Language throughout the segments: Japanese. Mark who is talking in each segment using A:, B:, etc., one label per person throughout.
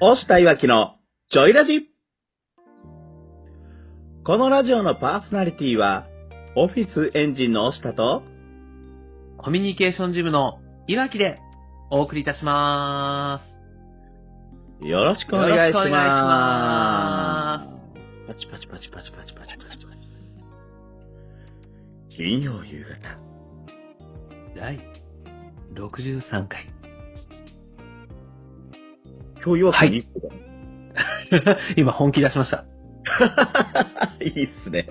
A: 押したいわきのちょいラジ。このラジオのパーソナリティは、オフィスエンジンの押したと、
B: コミュニケーションジムのいわきでお送りいたしま
A: よろしくお願いし
B: よろしくお願いし
A: ま。
B: ます
A: パチパチパチパチパチパチパチパチ。金曜夕方。
B: す。第63回。
A: 今日夜
B: はい
A: に、
B: 今本気出しました。
A: い、 いっすね。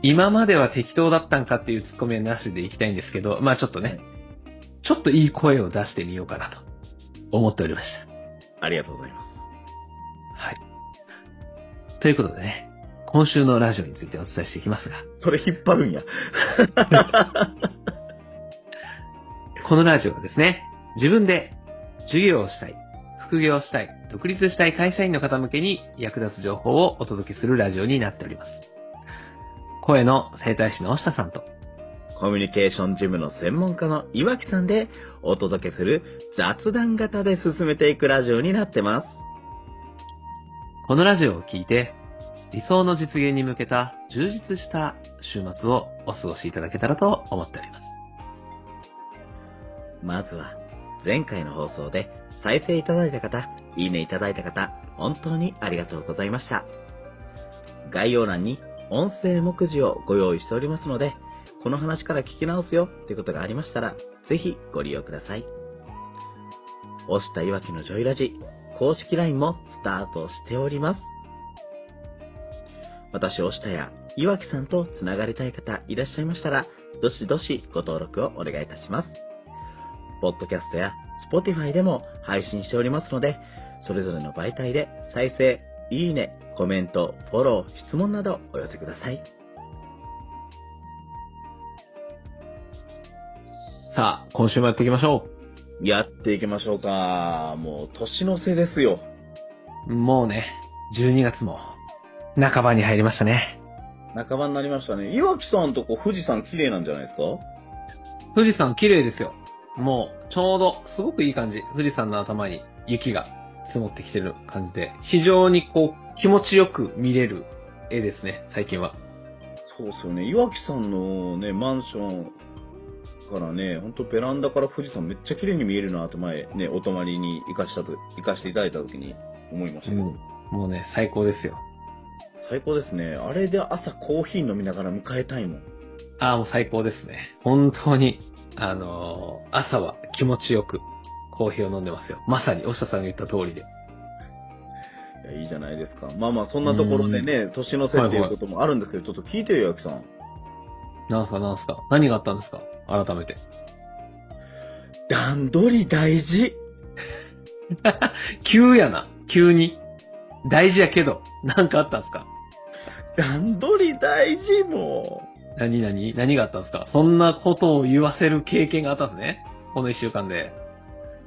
B: 今までは適当だったんかっていうツッコミはなしでいきたいんですけど、まあちょっとね、ちょっといい声を出してみようかなと思っておりました。
A: ありがとうございま
B: はい。ということでね、今週のラジオについてお伝えしていきますが、
A: す。それ引っ張るんや。
B: このラジオはですね、自分で授業をしたい、副業をしたい、独立したい会社員の方向けに役立つ情報をお届けするラジオになっております。声の生態師の押下さんと、
A: コミュニケーションジムの専門家の岩木さんでお届けする雑談型で進めていくラジオになってます。
B: このラジオを聞いて、理想の実現に向けた充実した週末をお過ごしいただけたらと思っております。
A: まずは、前回の放送で再生いただいた方、いいねいただいた方、本当にありがとうございました。概要欄に音声目次をご用意しておりますので、この話から聞き直すよってことがありましたら、ぜひご利用ください。押したいわきのジョイラジ、公式 LINE もスタートしております。私、押したや、いわきさんとつながりたい方いらっしゃいましたら、どしどしご登録をお願いいたします。ポッドキャストや Spotify でも配信しておりますので、それぞれの媒体で再生、いいね、コメント、フォロー、質問などお寄せください。
B: さあ、今週もやっていきましょ
A: やっていきましょうか。もう年の瀬ですよ。
B: う。もうね、12月も半ばに入りましたね。
A: 半ばになりましたね。岩木さんとこ富士山綺麗なんじゃないですか
B: 富士山綺麗ですよ。もう、ちょうど、すごくいい感じ。富士山の頭に雪が積もってきてる感じで、非常にこう、気持ちよく見れる絵ですね、最近は。
A: そうですよね。岩木さんのね、マンションからね、ほんとベランダから富士山めっちゃ綺麗に見えるなと前ね、お泊まりに行かしたと、行かしていただいた時に思いましたけど。
B: もうね、最高ですよ。
A: 最高ですね。あれで朝コーヒー飲みながら迎えたいもん。
B: ああ、もう最高ですね。本当に、あのー朝は気持ちよく、コーヒーを飲んでますよ。まさに、おしゃさんが言った通りで。
A: いや、いいじゃないですか。まあまあ、そんなところでね、年の瀬っていうこともあるんですけど、ちょっと聞いてよ、岩木さん。
B: なんすか、なんすか。何があったんですか改めて。
A: 段取り大事
B: 急やな。急に。大事やけど、なんかあったんですか
A: 段取り大事も
B: 何何何があったんですかそんなことを言わせる経験があったんですね。この一週間で。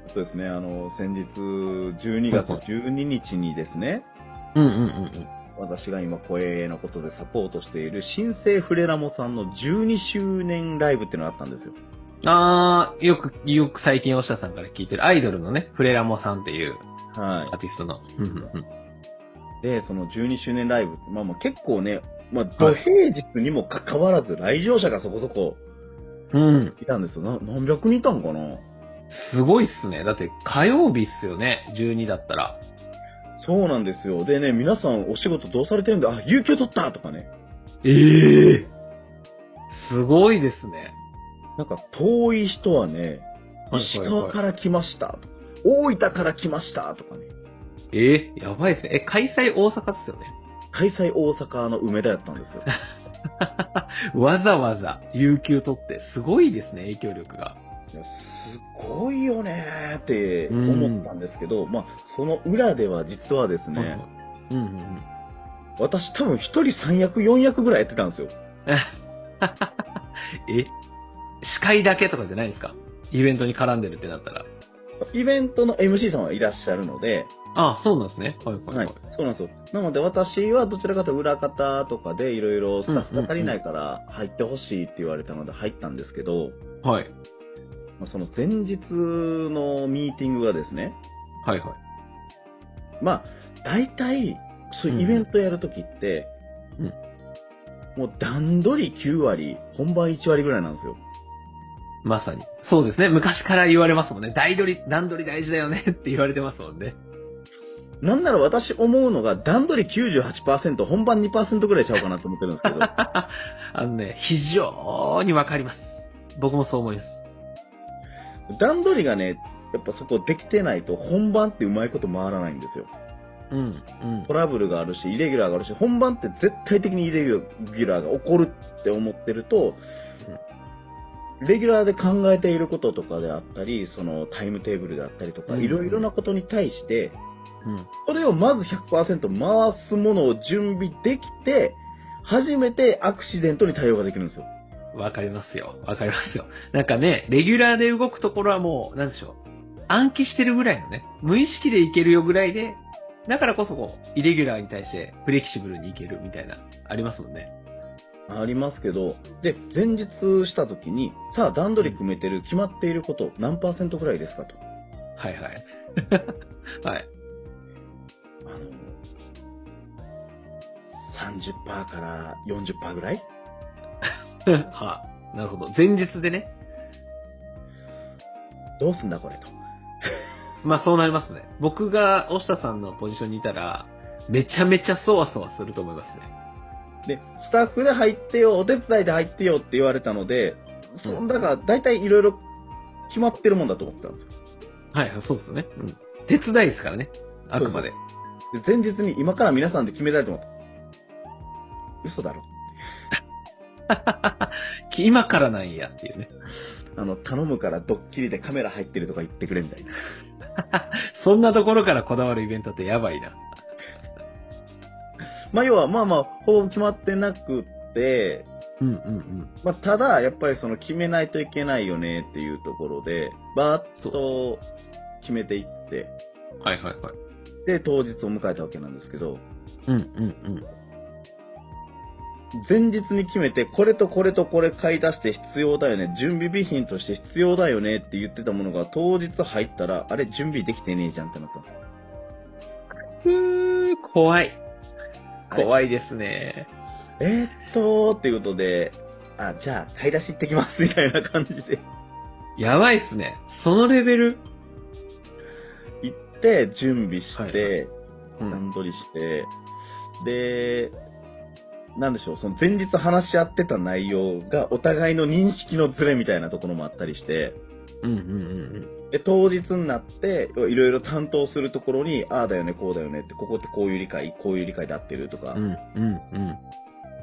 A: うそうですね、あの、先日、12月12日にですね、
B: うんうんうん
A: 私が今、声のことでサポートしている、新生フレラモさんの12周年ライブっていうのがあったんですよ。
B: うん。あー、よく、よく最近、おしゃさんから聞いてるアイドルのね、フレラモさんっていう
A: はい
B: ア。ーティストの。うんうんうん。
A: で、その12周年ライブ、まあまあ結構ね、まあ、土平日にもかかわらず、来場者がそこそこ
B: うん。
A: いたんですよ。な何百人いたんかな
B: すごいっすね。だって火曜日っすよね。12だったら。
A: そうなんですよ。でね、皆さんお仕事どうされてるんだあ、有給取ったとかね。
B: ええすごいですね。
A: なんか遠い人はね、石川から来ましたとか、大分から来ましたとかね。
B: えー、やばいっすね。え、開催大阪っすよね。
A: 開催大阪の梅田やったん ですよ。
B: わざわざ、有給取って、すごいですね、影響力が。
A: いやすごいよねーって思ったんですけど、まあ、その裏では実はですね、
B: うんうんうん。
A: 私多分一人三役、四役ぐらいやってたんですよ。
B: え司会だけとかじゃないんですかイベントに絡んでるってなったら。
A: イベントの MC さんはいらっしゃるので、
B: ああそうなんですね。はいはいは。
A: はいい、そうなんですよ。なので私はどちらかというと裏方とかでいろいろスタッフが足りないから入ってほしいって言われたので入ったんですけど、
B: はい。はい
A: まあその前日のミーティングがですね、
B: はい。
A: まあ、大体、そういうイベントやるときって、
B: うん
A: もう段取り9割、本番1割ぐらいなんですよ。
B: まさに。そうですね。昔から言われますもんね。大取り、段取り大事だよね って言われてますもんね。
A: なんなら私思うのが、段取り98%、本番2%ぐらいちゃうかなと思ってるんですけ ど、
B: あのね、非常にわかります。僕もそう思います。
A: 段取りがね、やっぱそこできてないと本番ってうまいこと回らないんですよ。
B: うん、うん
A: ト。ラブルがあるし、イレギュラーがあるし、本番って絶対的にイレギュラーが起こるって思ってると、レギュラーで考えていることとかであったり、そのタイムテーブルであったりとか、
B: うん
A: いろいろなことに対して、
B: うん。
A: それをまず100%回すものを準備できて、初めてアクシデントに対応ができるんですよ。
B: わかりますよ。わかりますよ。なんかね、レギュラーで動くところはもう、なんでしょう。暗記してるぐらいのね、無意識でいけるよぐらいで、だからこそこう、イレギュラーに対してフレキシブルにいけるみたいな、ありますもんね。
A: ありますけど、で、前日した時に、さあ段取り組めてる、決まっていること、何パーセントぐらいですかと。
B: はいはい。はい。
A: あの、30%から40%ぐらい
B: はい。なる ほど。前日でね。
A: どうすんだこれと。
B: まあそうなりますね。僕が、押下さんのポジションにいたら、めちゃめちゃそわそわすると思いますね。
A: で、スタッフで入ってよ、お手伝いで入ってよって言われたので、そ
B: うん
A: だから大体いろいろ決まってるもんだと思ってたんですよ。
B: はい、そうですよね。うん。手伝いですからね。あくまで。
A: で、前日に今から皆さんで決めたいと思った。嘘だろ。
B: 今からなんやっていうね。
A: あの、頼むからドッキリでカメラ入ってるとか言ってくれみたいな。
B: そんなところからこだわるイベントってやばいな。
A: まあ、要は、まあまあ、ほぼ決まってなくって、
B: うんうんうん。
A: まあ、ただ、やっぱりその決めないといけないよねっていうところで、バーッと決めていって、
B: はいはいはい。
A: で、当日を迎えたわけなんですけど、
B: うんうん
A: 前日に決めて、これとこれとこれ買い出して必要だよね、準備備品として必要だよねって言ってたものが、当日入ったら、あれ、準備できてねえじゃんってなったんですよ。
B: うん。うー、怖い。
A: あれ
B: 怖いですね。
A: えー、っと、っていうことで、あ、じゃあ、買い出し行ってきます、みたいな感じで。
B: やばいっすね。そのレベル。
A: 行って、準備して、
B: はいはう。
A: 段取りして、で、なんでしょう、その前日話し合ってた内容がお互いの認識のズレみたいなところもあったりして、
B: うんうんうん
A: で、当日になって、いろいろ担当するところに、ああだよね、こうだよねって、ここってこういう理解、こういう理解で合ってるとか
B: うん。、んうんうん。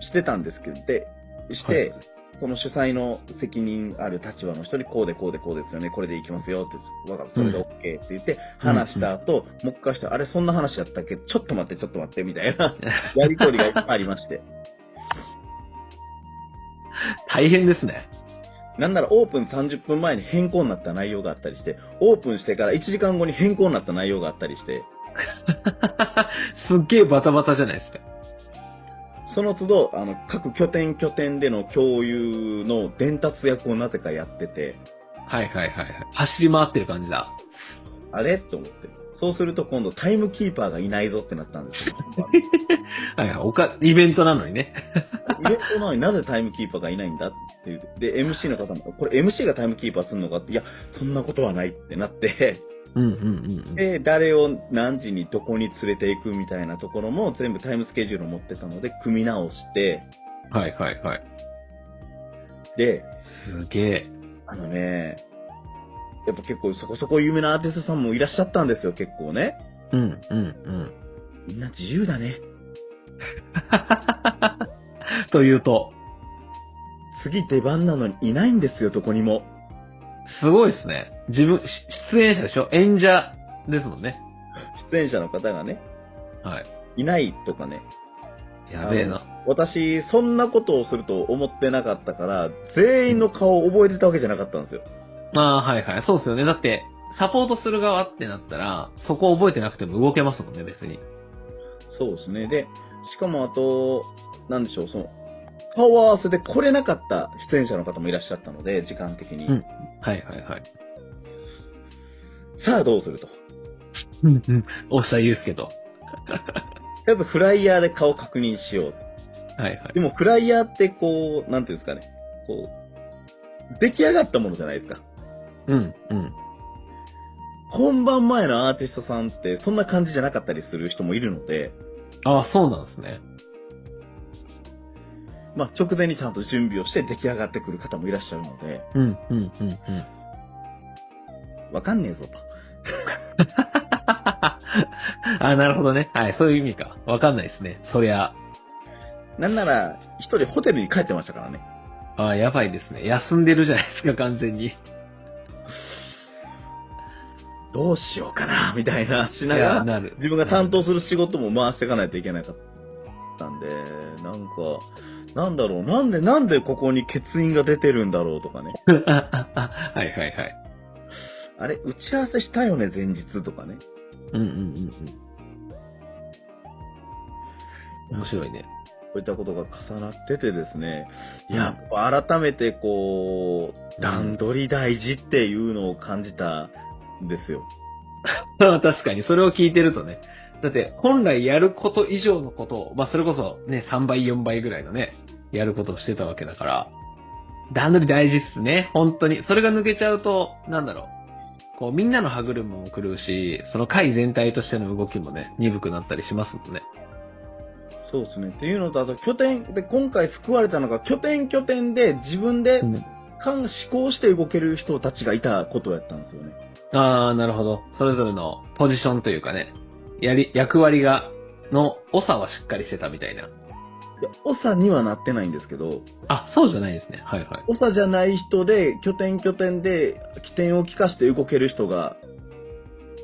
A: してたんですけど、で、して、
B: はい
A: その主催の責任ある立場の人に、こうでこうでこうですよね、これでいきますよって、わかった、それで OK って言って、話した後、もう一回して、あれ、そんな話だったっけちょっと待って、ちょっと待って、みたい な、やりとりがいっぱいありまして。
B: 大変ですね。
A: なんならオープン30分前に変更になった内容があったりして、オープンしてから1時間後に変更になった内容があったりして、
B: すっげえバタバタじゃないですか。
A: その都度、あの、各拠点拠点での共有の伝達役をなぜかやってて、
B: はいはいはいはい。走り回ってる感じだ。
A: あれと思って。そうすると今度タイムキーパーがいないぞってなったんですよ。
B: はいはい。おか、イベントなのにね。
A: イベントなのになぜタイムキーパーがいないんだっていう。で、MC の方も、これ MC がタイムキーパーするのかって、いや、そんなことはないってなって、
B: うんうんうん
A: で、誰を何時にどこに連れて行くみたいなところも全部タイムスケジュールを持ってたので、組み直して、
B: うん。はいはいはい。
A: で、
B: すげえ。
A: あのね、やっぱ結構そこそこ有名なアーティストさんもいらっしゃったんですよ、結構ね。
B: うんうんうん。
A: みんな自由だね。
B: というと、
A: 次出番なのにいないんですよ、どこにも。
B: すごいですね。自分、し出演者でしょ演者ですもんね。
A: 出演者の方がね、
B: はい。
A: いないとかね。
B: やべえな。
A: 私、そんなことをすると思ってなかったから、全員の顔を覚えてたわけじゃなかったんですよ。
B: まあ、はいはい。そうですよね。だって、サポートする側ってなったら、そこ覚えてなくても動けますもんね、別に。
A: そうですね。で、しかもあと、なんでしょう、その、顔合わせで来れなかった出演者の方もいらっしゃったので、時間的に。
B: うんはいはいはい。
A: さあどうすると。
B: 大下祐介と。
A: りあえずフライヤーで顔確認しよう。
B: はいはい
A: で。もフライヤーってこう、なんていうんですかね。こう、出来上がったものじゃないですか。
B: うん、うん。
A: 本番前のアーティストさんってそんな感じじゃなかったりする人もいるので、
B: ああ、そうなんですね。
A: まあ直前にちゃんと準備をして出来上がってくる方もいらっしゃるので、
B: うん、うん、うん、 うん。
A: わかんねえぞと。
B: あ、なるほどね。はい、そういう意味か。わかんないですね。そりゃ、
A: なんなら、一人ホテルに帰ってましたからね。
B: あーやばいですね。休んでるじゃないですか、完全に。
A: どうしようかな、みたいな、し
B: い
A: ながら、
B: なる。
A: 自分が担当する仕事も回していかないといけなかったんで、なんか、なんだろう、なんで、なんでここに欠員が出てるんだろうとかね。
B: うん。あああはいはいはい。
A: あれ、打ち合わせしたよね、前日とかね。
B: うんうんうんうん。面白いね。
A: そういったことが重なっててですね、
B: うん
A: やっぱ改めてこう、段取り大事っていうのを感じたんですよ。
B: 確かに、それを聞いてるとね。だって、本来やること以上のことを、まあ、それこそね、3倍、4倍ぐらいのね、やることをしてたわけだから、段取り大事っすね、本当に。それが抜けちゃうと、なんだろう。こう、みんなの歯車も狂うし、その会全体としての動きもね、鈍くなったりしますもんね。
A: そうですね。っていうのと、あと拠点、で、今回救われたのが拠点拠点で自分で
B: うん
A: 感思考して動ける人たちがいたことやったんですよね。
B: ああ、なるほど。それぞれのポジションというかね、やり、役割が、の、長はしっかりしてたみたいな。
A: いや、長にはなってないんですけど、
B: あ、そうじゃないですね。はいはい。
A: 長じゃない人で、拠点拠点で、起点を利かして動ける人が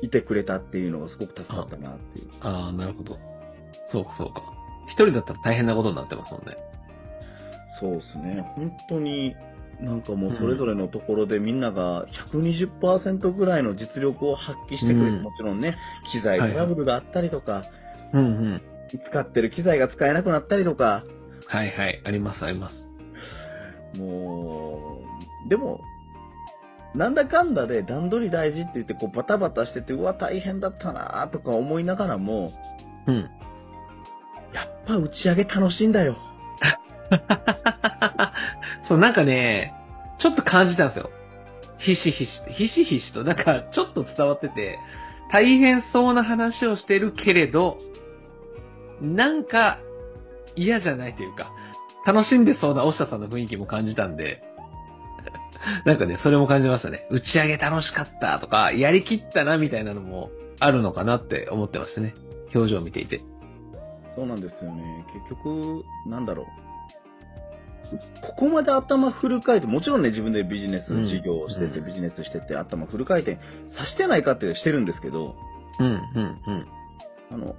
A: いてくれたっていうのがすごく助かったなっていう。
B: ああ、なるほど。そうか、そうか。一人だったら大変なことになってますもんね。
A: そうですね。本当に、なんかもうそれぞれのところでみんなが120%ぐらいの実力を発揮してくれて、
B: うん
A: もちろんね、機材ト
B: はい
A: ラブルがあったりとか、
B: うんうん。
A: 使ってる機材が使えなくなったりとか、
B: はいはい。あります、あります。
A: もう、でも、なんだかんだで段取り大事って言って、こうバタバタしてて、うわ、大変だったなーとか思いながらも、
B: うん。
A: やっぱ打ち上げ楽しいんだよ。
B: そう、なんかね、ちょっと感じたんですよ。ひしひしと、ひしひしと、なんかちょっと伝わってて、大変そうな話をしてるけれど、なんか嫌じゃないというか、楽しんでそうなおっしゃさんの雰囲気も感じたんで、 なんかね、それも感じましたね。打ち上げ楽しかったとか、やりきったなみたいなのもあるのかなって思ってましたね。表情を見ていて。
A: そうなんですよね。結局、なんだろう。ここまで頭フル回転、もちろんね、自分でビジネス
B: うん
A: 事業をしてて、
B: うん
A: ビジネスしてて、頭フル回転さしてないかってしてるんですけど、
B: うん、うん、うん。
A: あの、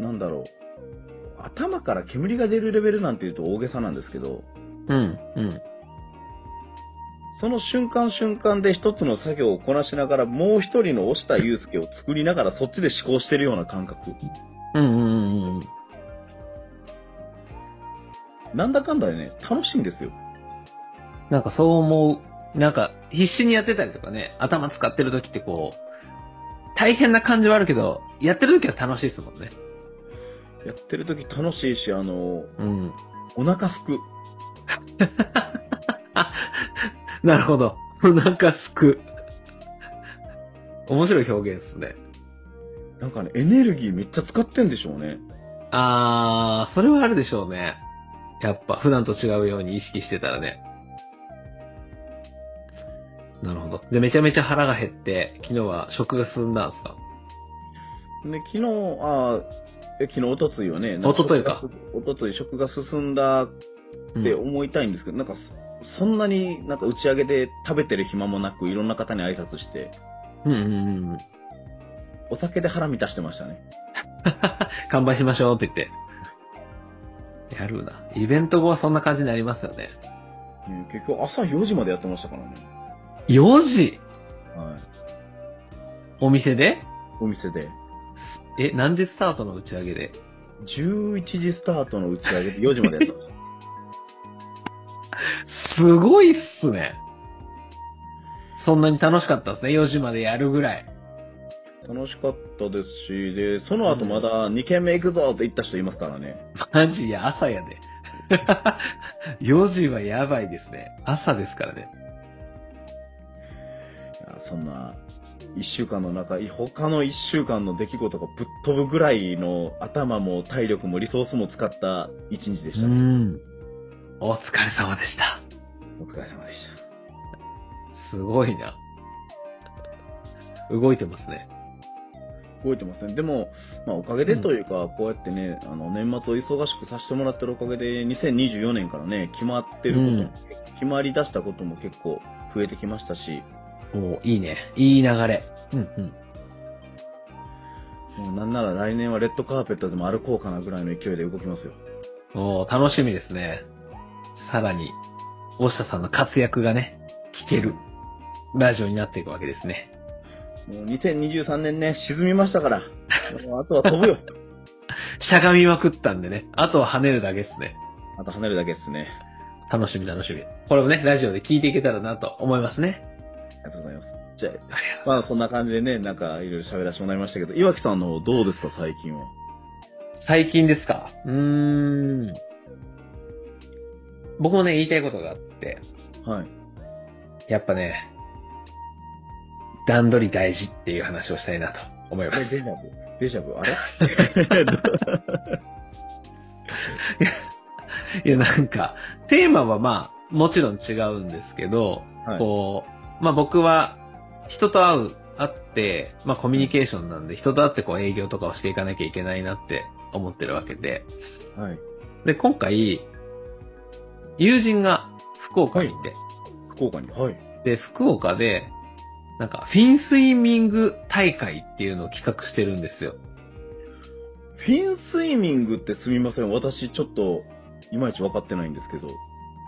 A: なんだろう。頭から煙が出るレベルなんて言うと大げさなんですけど、
B: うん、うん。
A: その瞬間瞬間で一つの作業をこなしながら、もう一人の押下祐介を作りながら、そっちで思考してるような感覚。
B: うん、うん、うん。
A: なんだかんだでね、楽しいんですよ。
B: なんかそう思う。なんか必死にやってたりとかね、頭使ってる時ってこう、大変な感じはあるけど、やってる時は楽しいですもんね。
A: やってる時楽しいし、あの、
B: うん。
A: お腹すく。
B: なるほど。 なんかすく。面白い表現ですね。
A: なんかね、エネルギーめっちゃ使ってんでしょうね。
B: あー、それはあるでしょうね。やっぱ普段と違うように意識してたらね。なるほど。で、めちゃめちゃ腹が減って、昨日は食が進んだんですか
A: で、昨日、あーえ昨日、おとついはね、
B: おとといか。
A: おとつい食が進んだって
B: うん
A: 思いたいんですけど、なんかそ、そんなになんか打ち上げで食べてる暇もなく、いろんな方に挨拶して、
B: うんうんうんうん。
A: お酒で腹満たしてましたね。
B: 乾杯しましょうって言って。やるな。イベント後はそんな感じになりますよね。
A: うん結局、朝4時までやってましたからね。
B: 4時
A: はい。
B: お店で
A: お店で。
B: え、何時スタートの打ち上げで
A: 11時スタートの打ち上げで4時までやってました。
B: すごいっすね。そんなに楽しかったですね。4時までやるぐらい。
A: 楽しかったですし、で、その後まだ2軒目行くぞって言った人いますからね。
B: マジや、朝やで。4時はやばいですね。朝ですからね。
A: いやそんな、1週間の中、他の1週間の出来事がぶっ飛ぶぐらいの頭も体力もリソースも使った1日でしたね。
B: ん。お疲れ様でした。
A: お疲れ様でした。
B: すごいな。動いてますね。
A: 動いてますね。でも、まあ、おかげでというか、こうやってね、あの、年末を忙しくさせてもらってるおかげで、2024年からね、決まってることも、
B: うん
A: 決まり出したことも結構増えてきましたし、
B: おーいいね。いい流れ。うんうん。
A: もうなんなら来年はレッドカーペットでも歩こうかなぐらいの勢いで動きますよ。
B: おー楽しみですね。さらに、大下さんの活躍がね、聞ける、ラジオになっていくわけですね。
A: もう2023年ね、沈みましたから、 もうあとは飛ぶよ。
B: しゃがみまくったんでね、あとは跳ねるだけですね。
A: あと離れるだけですね。
B: 楽しみ楽しみ。これもね、ラジオで聞いていけたらなと思いますね。
A: ありがとうございます。じゃあ、
B: ありがとう
A: まあそんな感じでね、なんかいろいろ喋らせてもらいましたけど、岩木さんの方どうですか、最近は。
B: 最近ですかうーん。僕もね、言いたいことがあって、
A: はい。
B: やっぱね、段取り大事っていう話をしたいなと思い
A: あ
B: ま
A: れ、
B: す。
A: デジャブデジャブあ れ
B: いや、なんか、テーマはまあ、もちろん違うんですけど、
A: はい。
B: こう、まあ僕は、人と会う、会って、まあコミュニケーションなんで、人と会ってこう営業とかをしていかなきゃいけないなって思ってるわけで、
A: はい。
B: で、今回、友人が福岡にいて、
A: 福岡に。はい。
B: で、福岡で、なんか、フィンスイミング大会っていうのを企画してるんですよ。
A: フィンスイミングってすみません。私ちょっと、いまいち分かってないんですけど。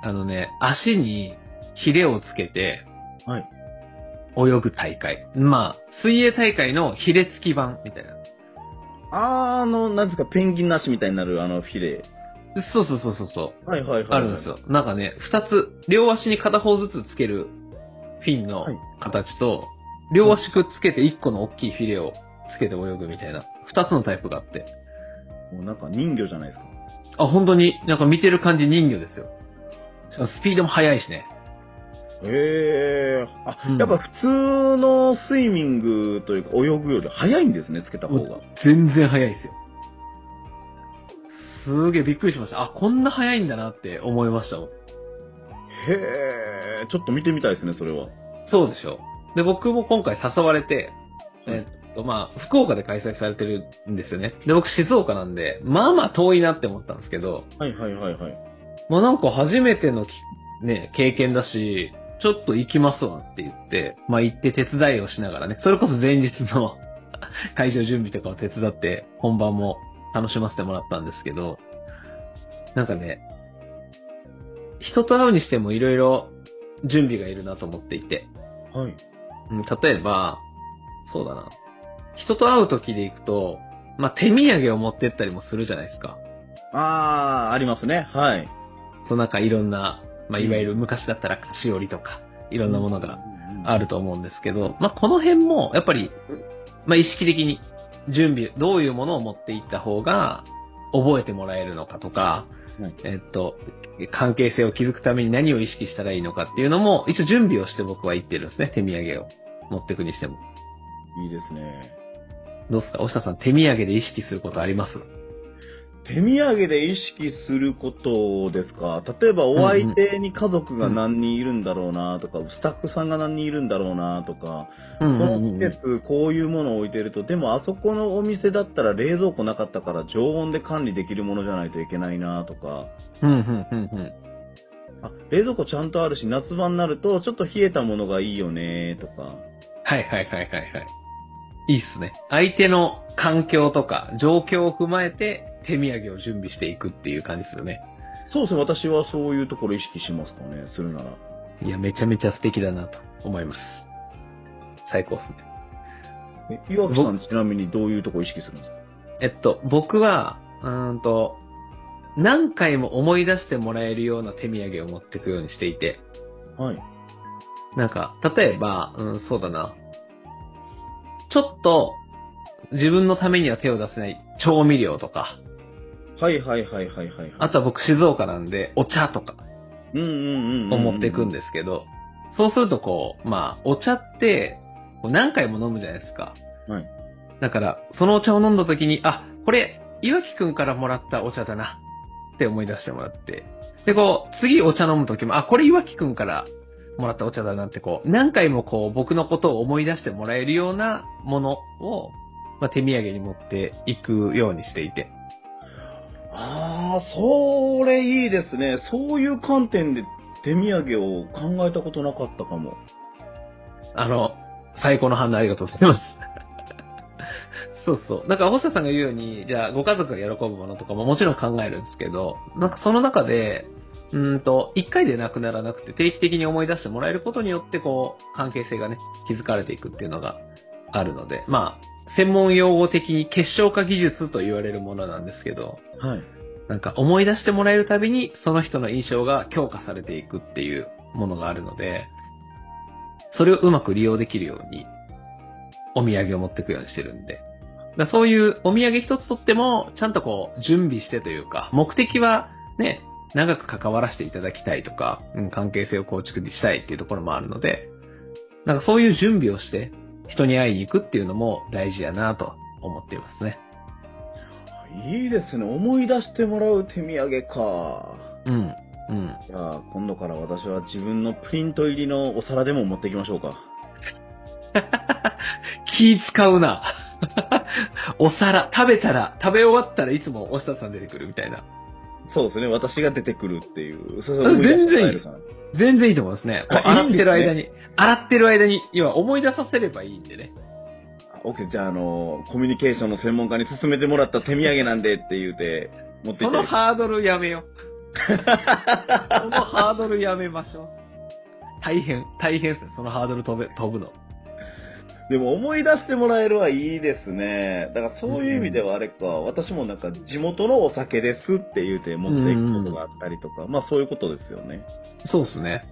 B: あのね、足にヒレをつけて、
A: はい。
B: 泳ぐ大会。まあ、水泳大会のヒレ付き版みたいな。
A: あー、あの、なんですか、ペンギンなしみたいになるあのフィレ。
B: そうそうそうそうそう。
A: はいはいはい。
B: あるんですよ。なんかね、二つ、両足に片方ずつつけるフィンの
A: はい
B: 形と、両足くっつけて一個の大きいフィレをつけて泳ぐみたいな、二つのタイプがあって。
A: もうなんか人魚じゃないですか。
B: あ、本当に、なんか見てる感じ人魚ですよ。しかもスピードも速いしね。
A: へえ。あ、
B: うん
A: やっぱ普通のスイミングというか泳ぐより早いんですね、つけた方が。
B: 全然速いですよ。すげえびっくりしました。あ、こんな速いんだなって思いましたもん。
A: へえ。ちょっと見てみたいですね、それは。
B: そうでしょ。で、僕も今回誘われて、えっと、まあ、福岡で開催されてるんですよね。で、僕静岡なんで、まあまあ遠いなって思ったんですけど、
A: はいはいはいはい。
B: まあなんか初めてのきね、経験だし、ちょっと行きますわって言って、まあ行って手伝いをしながらね、それこそ前日の 会場準備とかを手伝って本番も楽しませてもらったんですけど、なんかね、人と会うにしてもいろいろ準備がいるなと思っていて、
A: はい。
B: うん例えば、そうだな。人と会う時で行くと、まあ、手土産を持ってったりもするじゃないですか。
A: あー、ありますね。はい。
B: そうなんかいろんな、まあ、
A: うん
B: いわゆる昔だったら菓子折りとか、いろんなものがあ
A: る。
B: ると思うんですけど、まあ、この辺も、やっぱり、まあ、意識的に準備、どういうものを持っていった方が、覚えてもらえるのかとか、
A: うん
B: えっと、関係性を築くために何を意識したらいいのかっていうのも、一応準備をして僕は言ってるんですね。手土産を持っていくにしても。
A: いいですね。
B: どうですかおしさん、手土産で意識することあります
A: 手土産で意識することですか例えばお相手に家族が何人いるんだろうなとか、スタッフさんが何人いるんだろうなとか、こ
B: う
A: の季節こういうものを置いてると、でもあそこのお店だったら冷蔵庫なかったから常温で管理できるものじゃないといけないなとか、
B: うん、うん、うん、うん。
A: あ、冷蔵庫ちゃんとあるし夏場になるとちょっと冷えたものがいいよねとか、
B: はいはいはいはいはい。いいっすね。相手の環境とか状況を踏まえて手土産を準備していくっていう感じですよね。
A: そうですね、私はそういうところ意識しますかね、するなら。
B: いや、めちゃめちゃ素敵だなと思います。最高っすね。
A: え岩木さんちなみにどういうところ意識するんですか
B: えっと、僕は、うーんと、何回も思い出してもらえるような手土産を持っていくようにしていて、
A: はい。
B: なんか、例えば、うん、そうだな。ちょっと自分のためには手を出せない調味料とか、
A: はいはいはいはいはい。
B: あとは僕静岡なんでお茶とか
A: うんうんうんうん
B: を持っていくん
A: す。
B: ですけど、そうするとこう、まあお茶ってこう何回も飲むじゃないですか。
A: はい
B: だから、そのお茶を飲んだ時に、あ、これ、岩木くんからもらったお茶だなって思い出してもらって。で、こう、次お茶飲む時も、あ、これ岩木くんからもらったお茶だなってこう、何回もこう僕のことを思い出してもらえるようなものを、まあ、手土産に持っていくようにしていて。
A: ああ、それいいですね。そういう観点で手土産を考えたことなかったかも。
B: あの、最高の反応ありがとうございます。 そうそう。なんか、星田さんが言うように、じゃあ、ご家族が喜ぶものとかももちろん考えるんですけど、なんかその中で、うーんと、一回でなくならなくて定期的に思い出してもらえることによって、こう、関係性がね、築かれていくっていうのがあるので、まあ、専門用語的に結晶化技術と言われるものなんですけど、
A: はい。
B: なんか思い出してもらえるたびに、その人の印象が強化されていくっていうものがあるので、それをうまく利用できるように、お土産を持っていくようにしてるんで。だからそういうお土産一つとっても、ちゃんとこう、準備してというか、目的はね、長く関わらせていただきたいとか、うん、関係性を構築したいっていうところもあるので、なんかそういう準備をして、人に会いに行くっていうのも大事やなと思っていますね。
A: いいですね。思い出してもらう手土産か。
B: うん、うん。
A: じゃあ、今度から私は自分のプリント入りのお皿でも持ってきましょうか。
B: 気使うな。 お皿、食べたら、食べ終わったらいつもお下さん出てくるみたいな。
A: そうですね。私が出てくるっていう。そう
B: あ全然いい
A: いい。
B: 全然いいと思いますね。こう
A: あいい
B: 洗っ
A: んですね
B: てる間に、洗ってる間に、要は思い出させればいいんでね。
A: あオッケー、じゃあ、あの、コミュニケーションの専門家に勧めてもらった手土産なんでって言うて、持って
B: そ
A: き
B: の
A: て。
B: ハードルやめ よう。そのハードルやめましょう。大変、大変ですね。そのハードル飛べ、飛ぶの。
A: でも思い出してもらえるはいいですね。だからそういう意味ではあれか、私もなんか地元のお酒ですって言うて持っていくことがあったりとか、まあそういうことですよね。
B: そうですね。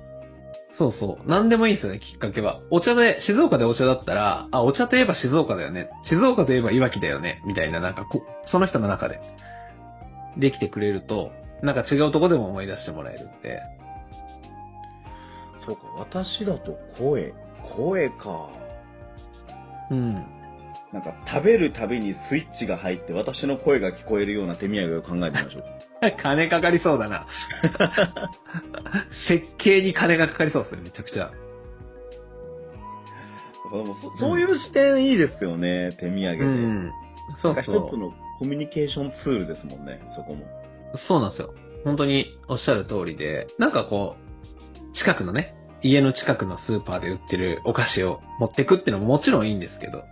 B: そうそう。何でもいいですよね、きっかけは。お茶で、静岡でお茶だったら、あ、お茶といえば静岡だよね。静岡といえばいわきだよね。みたいな、なんかこ、その人の中で、できてくれると、なんか違うとこでも思い出してもらえるって。
A: そうか、私だと声、声か。
B: うん。
A: なんか食べるたびにスイッチが入って私の声が聞こえるような手土産を考えてみましょう。
B: 金かかりそう だな。設計に金がかかりそうですね、めちゃくちゃ。
A: でもそ そういう視点いいですよね、手土産で。
B: うん。そう
A: なんか
B: そう。
A: 一つのコミュニケーションツールですもんね、そこも。
B: そうなんですよ。本当におっしゃる通りで、なんかこう、近くのね、家の近くのスーパーで売ってるお菓子を持ってくっていうのももちろんいいんですけど、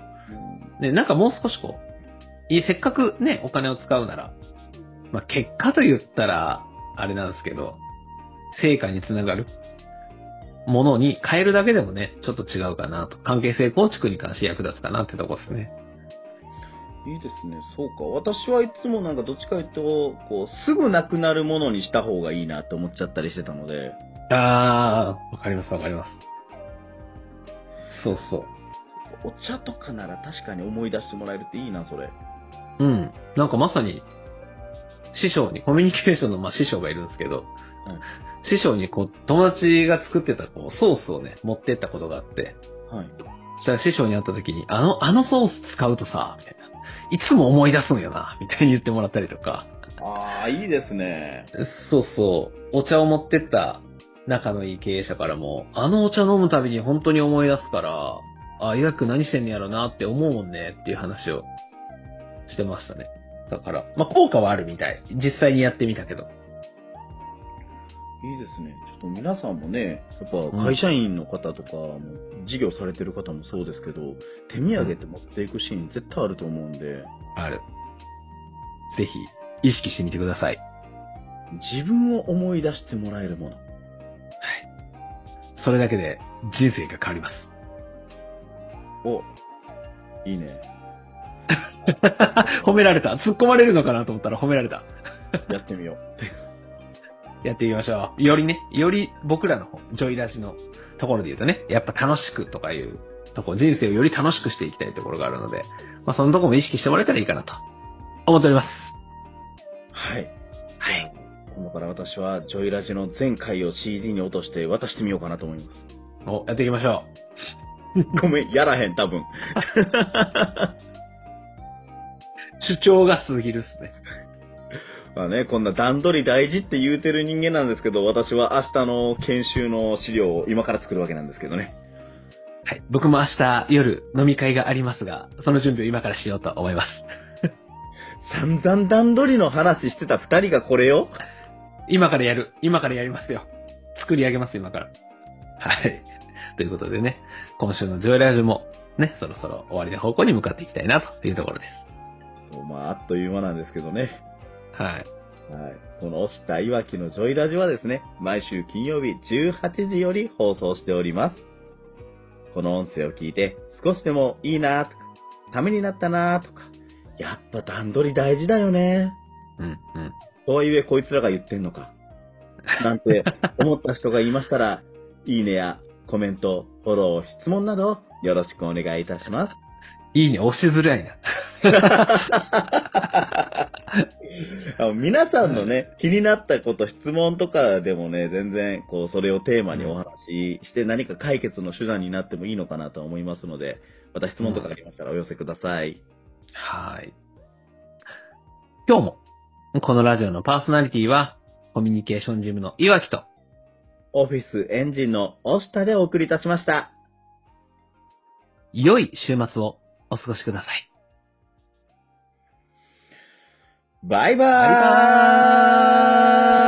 B: ね、なんかもう少しこう、いえせっかくね、お金を使うなら、まあ、結果と言ったら、あれなんですけど、成果につながるものに変えるだけでもね、ちょっと違うかなと。関係性構築に関して役立つかなってとこですね。
A: いいですね、そうか。私はいつもなんかどっちか言うと、こう、すぐなくなるものにした方がいいなって思っちゃったりしてたので、
B: あー、わかりますわかります。そうそう。
A: お茶とかなら確かに思い出してもらえるっていいな、それ。
B: うん。なんかまさに、師匠に、コミュニケーションの、まあ、師匠がいるんですけど、
A: うん
B: 師匠にこう、友達が作ってたこうソースをね、持ってったことがあって、
A: はい。
B: そしたら師匠に会った時に、あの、あのソース使うとさ、みたいな。いつも思い出すんよな、みたいに言ってもらったりとか。
A: ああ、いいですね。
B: そうそう。お茶を持ってった仲のいい経営者からも、あのお茶飲むたびに本当に思い出すから、あ、医学何してんねやろなって思うもんねっていう話をしてましたね。だから、まあ、効果はあるみたい。実際にやってみたけど。
A: いいですね。ちょっと皆さんもね、やっぱ会社員の方とかも、事業されてる方もそうですけど、手土産って持っていくシーン絶対あると思うんで、
B: ある。ぜひ、意識してみてください。
A: 自分を思い出してもらえるもの。
B: それだけで人生が変わります。
A: お、いいね。
B: 褒められた。突っ込まれるのかなと思ったら褒められた。
A: やってみよう。
B: やっていきましょう。よりね、より僕らの方、ジョイラジのところで言うとね、やっぱ楽しくとかいうとこ、人生をより楽しくしていきたいところがあるので、まあ、そのとこも意識してもらえたらいいかなと、思っております。
A: はい。
B: はい。
A: 今度から私は、ジョイラジの全回を CD に落として渡してみようかなと思います。
B: お、やっていきましょう。
A: ごめん、やらへん、多分。
B: 主張が過ぎるっすね。
A: まあね、こんな段取り大事って言うてる人間なんですけど、私は明日の研修の資料を今から作るわけなんですけどね。
B: はい。僕も明日夜飲み会がありますが、その準備を今からしようと思います。
A: 散々段取りの話してた二人がこれよ。
B: 今からやる。今からやりますよ。作り上げます、今から。はい。ということでね、今週のジョイラジも、ね、そろそろ終わりの方向に向かっていきたいな、というところで
A: そう、まあ、あっという間なんですけどね。
B: す。はい。
A: はい。この押したいわきのジョイラジはですね、毎週金曜日18時より放送しております。この音声を聞いて、少しでもいいなとか、ためになったなとか、やっぱ段取り大事だよね。
B: うん、うん。
A: とはいえ、こいつらが言ってんのか。なんて思った人がいましたら、いいねやコメント、フォロー、質問などよろしくお願いいたします。
B: いいね、押しづらいな。
A: あの皆さんのね、気になったこと、質問とかでもね、全然、こう、それをテーマにお話しして、何か解決の手段になってもいいのかなと思いますので、また質問とかありましたらお寄せください。
B: はい。今日も、このラジオのパーソナリティは、コミュニケーションジムの岩木と、
A: オフィスエンジンの押下でお送りいたしました。
B: 良い週末をお過ごしください。
A: バイバーイ
B: バイバーイ